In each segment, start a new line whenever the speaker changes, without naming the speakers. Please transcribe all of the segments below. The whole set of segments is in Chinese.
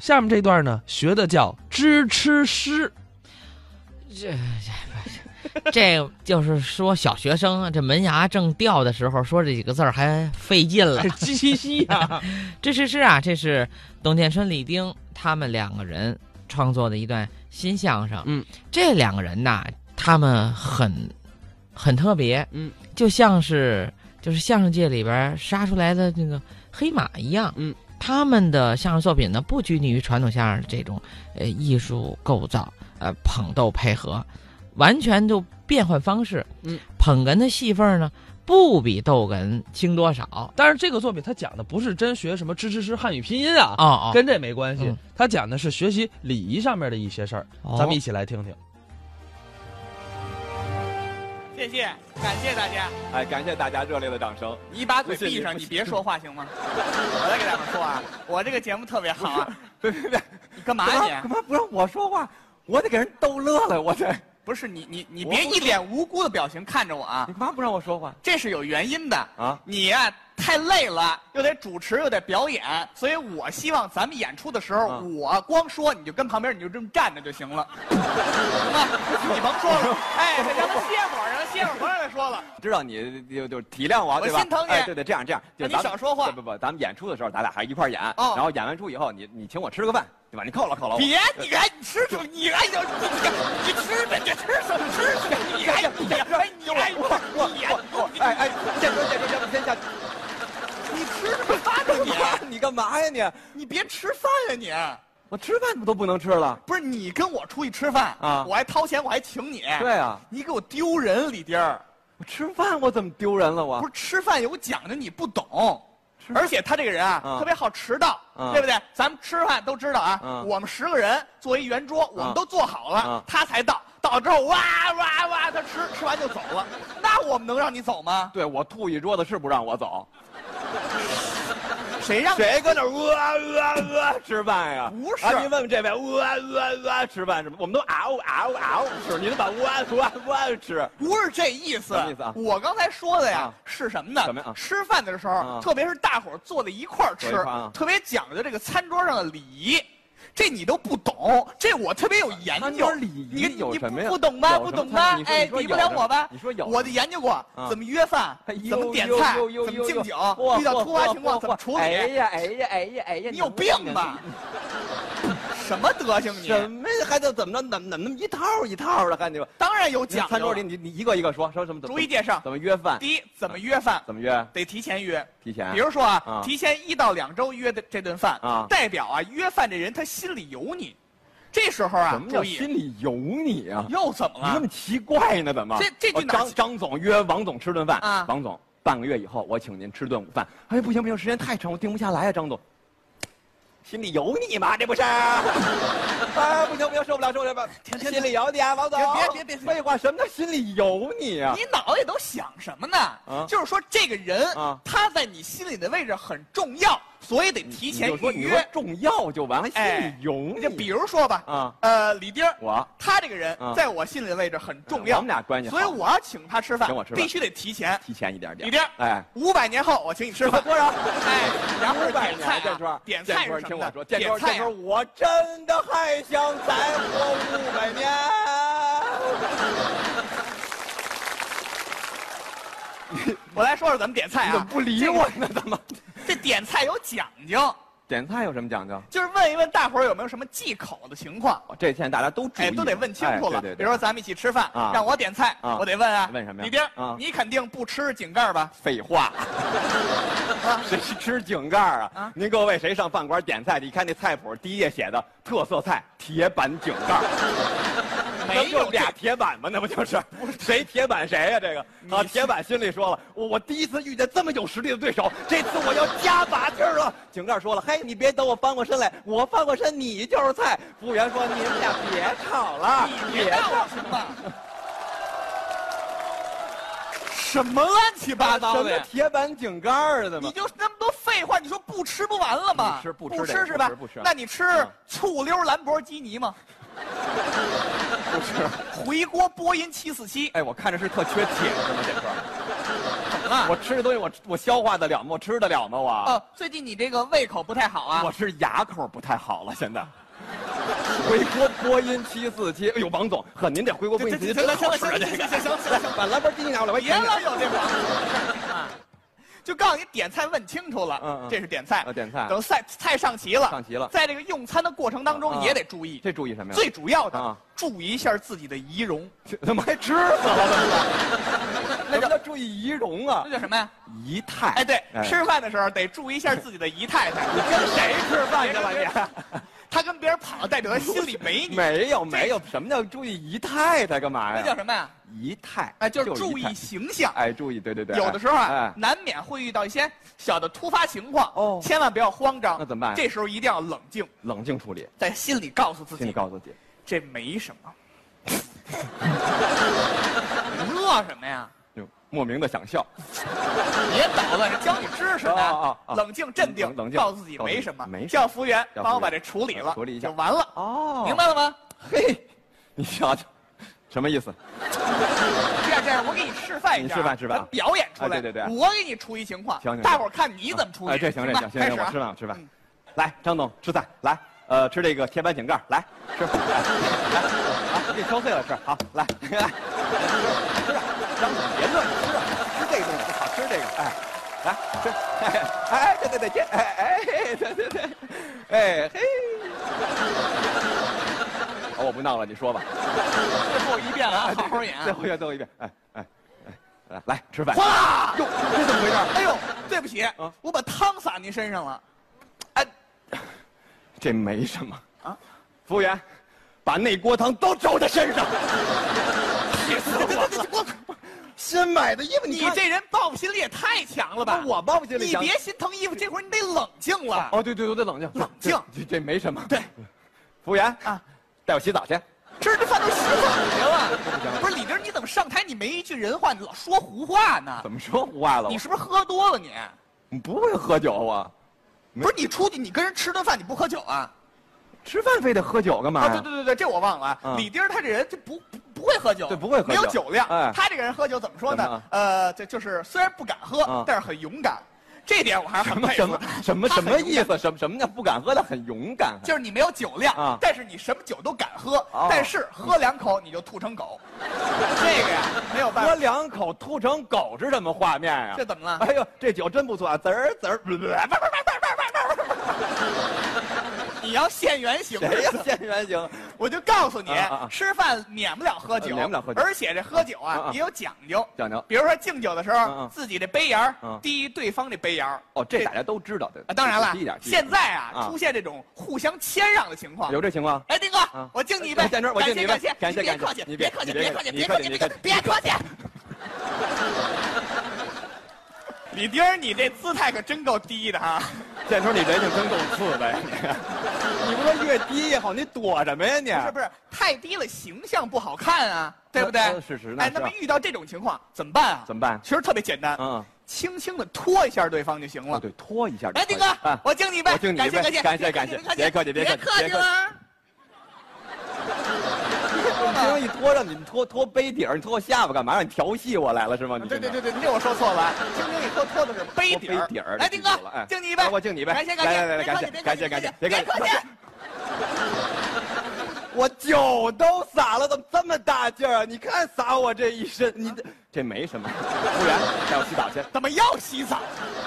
下面这段呢，学的叫知吃 诗。
这这 这就是说小学生啊这门牙正掉的时候说这几个字儿还费劲了。
鸡西西呀，
这是是啊，这是董建春、李丁他们两个人创作的一段新相声。
嗯，
这两个人呐，他们很很特别，
嗯，
就像是就是相声界里边杀出来的那个黑马一样。
嗯，
他们的相声作品呢，不拘泥于传统相声这种呃艺术构造、呃捧逗配合，完全就变换方式。
嗯，
捧哏的戏份呢，不比逗哏轻多少。哦
但是这个作品他讲的不是真学什么知吃诗汉语拼音啊，
哦，
跟这没关系
嗯。
他讲的是学习礼仪上面的一些事儿，咱们
哦
一起来听听。
谢谢，感谢大家。
哎，感谢大家热烈的掌声。
你把嘴
不是
闭上，
不
你
是
别说话 行吗？我来给大伙儿说啊，我这个节目特别好啊。
对对对，
你干嘛
干嘛
你
干？嘛不让我说话？我得给人逗乐了，我得。
不是你你你
我
别
不
一脸无辜的表情看着我 啊
你，干嘛不让我说话
这是有原因的。
啊？
你呀、太累了，又得主持又得表演，所以我希望咱们演出的时候，
啊
我光说你就跟旁边你就这么站着就行 了，行吗？你甭说 了，哎，让他歇会儿，让他歇会儿，回来再说了。
知道你就就体谅我，
我
对吧？
心疼你
哎，对对，这样这样，
那
就
你
咱们
少说话
不不不，咱们演出的时候，咱俩还一块儿演。
哦
然后演完出以后，你你请我吃个饭，对吧？你犒劳犒劳我。
别，你还你吃什么？你还想你你吃呗，你吃什么吃什么？你还你还哎你还
我我我我，哎哎，建州建州建州，先下。
你吃什么饭呢你？
你干嘛呀你？
你别吃饭呀你！
我吃饭不都不能吃了？
不是你跟我出去吃饭
啊
我还掏钱，我还请你，
对啊，
你给我丢人，李丁儿。
我吃饭我怎么丢人了我？
不是吃饭有讲究，你不懂。而且他这个人啊，
嗯
特别好迟到，
嗯
对不对？咱们吃饭都知道啊，
嗯
我们十个人坐一圆桌，我们
嗯
都坐好了，
嗯
他才到。到了之后，哇哇哇，他吃吃完就走了。那我们能让你走吗？
对我吐一桌子是不让我走，
谁让你
谁搁那儿呃呃呃 吃饭呀？
不是
啊，您问问这位呃呃呃吃饭什么？我们都嗷嗷嗷吃，你都把呃哇哇哇呃吃。
不是这意思，
什么意思啊
我刚才说的呀、
啊
是什么呢？
什么呀啊
吃饭的时候，
啊
特别是大伙儿坐在一块儿吃，
坐一块儿啊
特别讲究这个餐桌上的礼仪。这你都不懂，这我特别有研
啊餐
究
桌。礼仪
你
有
你
什
不
么呀
不懂吧？
有
不
什么
懂
餐
吧
你？说
哎，
你说
比不
有
了
什么
我吧？
你说有
我
什
就
么
研究过
啊
怎么约饭
哎，呦
怎么点菜
呦呦，呦
怎么
呦
敬
呦
酒
嚯，
遇到突发
嚯
情况
嚯
怎么处
哎
理。
呀哎呀哎呀哎呀！
你有
能不能
病吧？什么德行你？
什么呀？还得怎么着？怎么怎么那么一套一套的？还得
当然有讲究。
餐桌里你你一个一个说说什么？怎么
逐一介绍。
怎么约饭？
第一，怎么约饭？
怎么约？
得提前约。
提前？
比如说啊，
啊
提前一到两周约的这顿饭，
啊
代表啊约饭这人他心里有你。这时候啊，
什么
注
叫
意，
心里有你啊？
又怎么
你那
了
么？奇怪呢？怎么？
这这句
哦
哪
张张总约王总吃顿饭
啊
王总半个月以后我请您吃顿午饭。哎，不行不行，时间太长，我定不下来啊，张总。心里有你吗？这不是？哎，不行不行，受不了受不了！
停停
心里有你啊，王总。
别别别别
废话，什么叫心里有你啊？
你脑袋都想什么呢？
啊
就是说这个人、
啊
他在你心里的位置很重要，所以得提前
你就说
预
你说
约。
重要就完了，心
哎
里有你。
就比如说吧，
啊，
呃，李丁儿，
我
他这个人
啊哎
在我心里的位置很重
我
要
们，俩关系好，
所以我要请他吃饭
请我，吃饭
必须得提前。
提前一点点。
李丁儿，
哎，
五百年后我请你吃饭。
多少？
哎，然后
五百
点
年
菜、
建
啊
川，，
点菜
建
是
川
什
听
么
我
呢
说，？建
点
川，建
菜啊
川，我真的还想再活五百年。
我来说说怎么点菜
你
啊
怎么？不理我呢？怎么？
这点菜有讲究，
点菜有什么讲究？
就是问一问大伙儿有没有什么忌口的情况，
哦这现在大家都注意，
哎，都得问清楚了。
哎对对对
比如说咱们一起吃饭，
啊
让我点菜，
啊
我得问啊，
问什么呀
李丁儿，
啊
你肯定不吃井盖吧？
废话，
啊，
谁吃井盖啊？
啊
您各位谁上饭馆点菜？你看那菜谱第一页写的特色菜铁板井盖，那
没
不就
有这
俩铁板吗？那不就是？谁铁板谁呀、这个啊，铁板心里说了，我我第一次遇见这么有实力的对手，这次我要加把劲儿了。井盖说了，嘿，你别等我翻过身来，我翻过身你就是菜。服务员说，你们俩别吵了，
你别闹了行吗？什么乱七八糟
什
的
么
呀？
铁板井盖儿的
你
吗？
就那么多废话，你说不吃不完了吗？
不吃不吃
不
这
吃
个
是吧？
不吃不吃
那你吃
嗯
醋溜兰博基尼吗？
不是，
回锅波音七四七，
哎，我看着是特缺铁是吗？这事儿我吃这东西我我消化得了吗？我吃得了吗？我、
啊哦，最近你这个胃口不太好啊
我。是牙口不太好了，现在。回锅波音七四七，哎呦，王总，呵，您这回锅波音七四七真好吃啊！这个，
行行行，
把兰博基尼拿过来，我也
别
看看
老有这 房啊！就告诉你点菜问清楚了，
嗯嗯
这是点菜，
啊点菜
等菜菜上齐了，
上齐了
在这个用餐的过程当中
啊
也得注意，
这注意什么呀？
最主要的、
啊
注意一下自己的仪容，
这怎么还吃死了？ 那叫注意仪容啊
这，叫什么呀？
仪态。
哎，对，吃饭的时候得注意一下自己的仪态 态。
你跟谁吃饭去了
他跟别人跑，代表他心里没
你？
你。
没有没有，什么叫注意仪态的？干嘛
那叫
呀？
什么呀？
仪态，
哎，就是注
仪态
意形象。
哎，注意，对对对。
有的时候啊
哎，，
难免会遇到一些小的突发情况，
哦
千万不要慌张。
那怎么办呀
这时候一定要冷静，
冷静处理，
在心里告诉自
请你
己，
告诉自己，
这没什么。你乐什么呀？
就莫名的想笑。
别捣乱，这教你知识呢。
哦哦哦
冷静镇定，
冷冷静
告诉自己
告诉
没
自己
什么。
没事
叫服务员
叫服务员哎
帮我把这处理了，
处理一下
就完了。
哦
明白了吗？
嘿，你瞧瞧，什么意思？
这样这样，我给你示范一下啊，
你示范示范啊
咱表演出来。
哎对对对
我给你出一情况，
行行
大伙儿看你怎么出。
哎，这行这行行
开
行，
始
我
啊
吃饭我吃饭
嗯。
来，张总吃菜，来，呃，吃这个铁板井盖，来吃， 来，来好，我给你敲碎了吃，好，来， 来，吃，吃啊，张总别乱吃啊，吃这个东西好吃这个，哎，来吃，哎，哎，对对对，这，哎哎，对对对，哎嘿。好，我不闹了，你说吧。
最后一遍啊，好好演啊。
最后一遍，最后一遍，哎哎哎，来来吃饭。
哗！
哟，这怎么回事？
哎呦，对不起
啊，
我把汤洒您身上了。哎，
这没什么
啊
啊。服务员，把那锅汤都浇在身上，气死 我了！新买的衣服，
你
看
这人报复心理也太强了吧？
我包不起
你别心疼衣服，这会儿你得冷静了。
哦，对对，我得冷静，
冷静
这这这没什么。
对，
服务员
啊
啊，带我洗澡去。
吃着饭都洗澡去了，不是李丁，你怎么上台你没一句人话，你老说胡话呢？
怎么说胡话了？
你是不是喝多了你？
你不会喝酒啊？没
不是你出去，你跟人吃顿饭，你不喝酒啊？
吃饭非得喝酒干嘛
啊，
呀？
对对对对，这我忘了啊。
嗯
李丁儿他这人就不不不会喝酒，
对不会喝酒
没有酒量。
哎
他这个人喝酒怎么说
怎么
呢
了？
呃，这就是虽然不敢喝
嗯，
但是很勇敢，这点我还是
什
很
么
佩
什
服
么
的。
什么
他
什
很
么
勇
意思？什么什么叫不敢喝的很勇敢？
就是你没有酒量，
啊
但是你什么酒都敢喝，
哦
但是喝两口你就吐成狗，这个呀没有办
喝
法。
两口吐成狗是什么画面呀？
这怎么了？
哎呦，这酒真不错啊！滋儿滋儿，
你要现原形。
谁哎呀？现原形，
我就告诉你
啊啊啊，
吃饭免不了喝酒，
呃免不了喝酒
而且这喝酒
啊
啊
啊
也有讲究。
讲究
比如说敬酒的时
嗯
候，
嗯
自己这杯沿儿
嗯
低于对方这杯沿儿。
哦，这大家都知道的
啊，当然了
低一点，，低一点
现在啊
啊
出现这种互相谦让的情况
有。这情况？
哎，丁哥
啊，
我敬你一杯，
在这儿我敬你一杯
感谢
感谢
你别
感谢
客气，
你
别
别
客气，
你别
别客气，
你
别
别
客气，别
你别
客气，别客气。李丁儿，你这姿态可真够低的哈！
建春，你人性真够次的呀！ 你，你不说越低越好，你躲什么哎呀你？
不是不是，太低了，形象不好看啊，对不对
呃呃？是是那
哎，
是
那
啊
么遇到这种情况怎么办啊？
怎么办？
其实特别简单，
嗯，
轻轻的拖一下对方就行
哦
了。
对，拖一下。
哎，丁哥
啊，
我敬你一杯，
我敬你
感
一
谢
杯
感谢
感谢感谢别客气别
别
客气
客
别
气
客气
了。
我一拖让你们拖拖杯底儿，你拖我下巴干嘛？让你调戏我来了是吗？你
对对对
啊对。
对，这我说错了，啊轻轻一拖拖的是杯底儿。
杯底儿
来，丁哥
记住了哎，
敬你一杯，
来我敬你一杯
感谢感谢，
来来来来
别客
感
气
谢
别客气
感谢
别客
感谢
气。
我酒都洒了，怎么这么大劲儿啊？你看洒我这一身，你这这没什么。服务员，带我洗澡 去。
怎么又洗澡？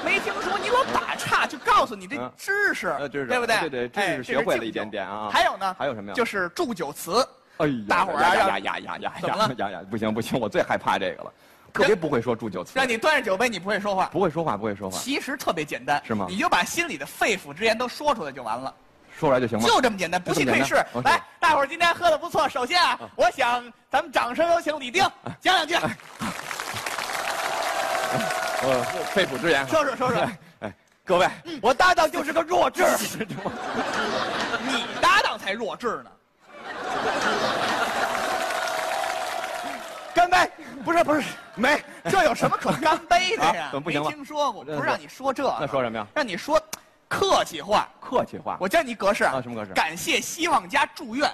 没听说你老打岔，就告诉你这
嗯
知识
呃知，识
对不对？
对对知识
哎这
学会了
敬
一点点啊
酒还有呢？
还有什么呀
就是祝酒词。
哎呀，
大伙儿啊
呀
让
呀呀呀呀
怎么了
呀呀呀！不行不行，我最害怕这个了，特别不会说祝酒词，
让你端着酒杯，你不会说话。
不会说话，不会说话，
其实特别简单，
是吗
你就把心里的肺腑之言都说出来就完了，
说出来就行吗？
就这么简单。不信可以试
这么简单。
来，大伙儿今天喝的不错。首先啊，我想咱们掌声有请李丁
啊
讲两句，
哎呃，肺腑之言。
说说说说。
哎，各位，我搭档就是个弱 智。
你搭档才弱智呢。干杯！不是不是，
没，
这有什么可干杯的呀？
啊怎么不行了
没听说过，
这
不是让你说这个，
那说什么呀？
让你说客气话。
客气话。
我教你格式
啊什么格式
感谢希望家祝愿。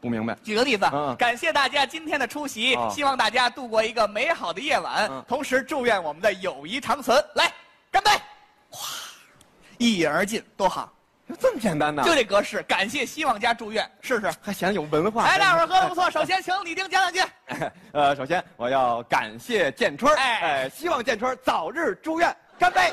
不明白。
举个例子
嗯，
感谢大家今天的出席
啊，
希望大家度过一个美好的夜晚
嗯，
同时祝愿我们的友谊长存。来，干杯！哇，一饮而尽，多好！
这么简单呢？
就这格式，感谢希望家祝愿，试试。
还显得有文化。
哎，大伙儿喝的不错，首先请李丁讲两句。
呃，首先我要感谢建春儿，
哎
哎，希望建春儿早日住院，干杯！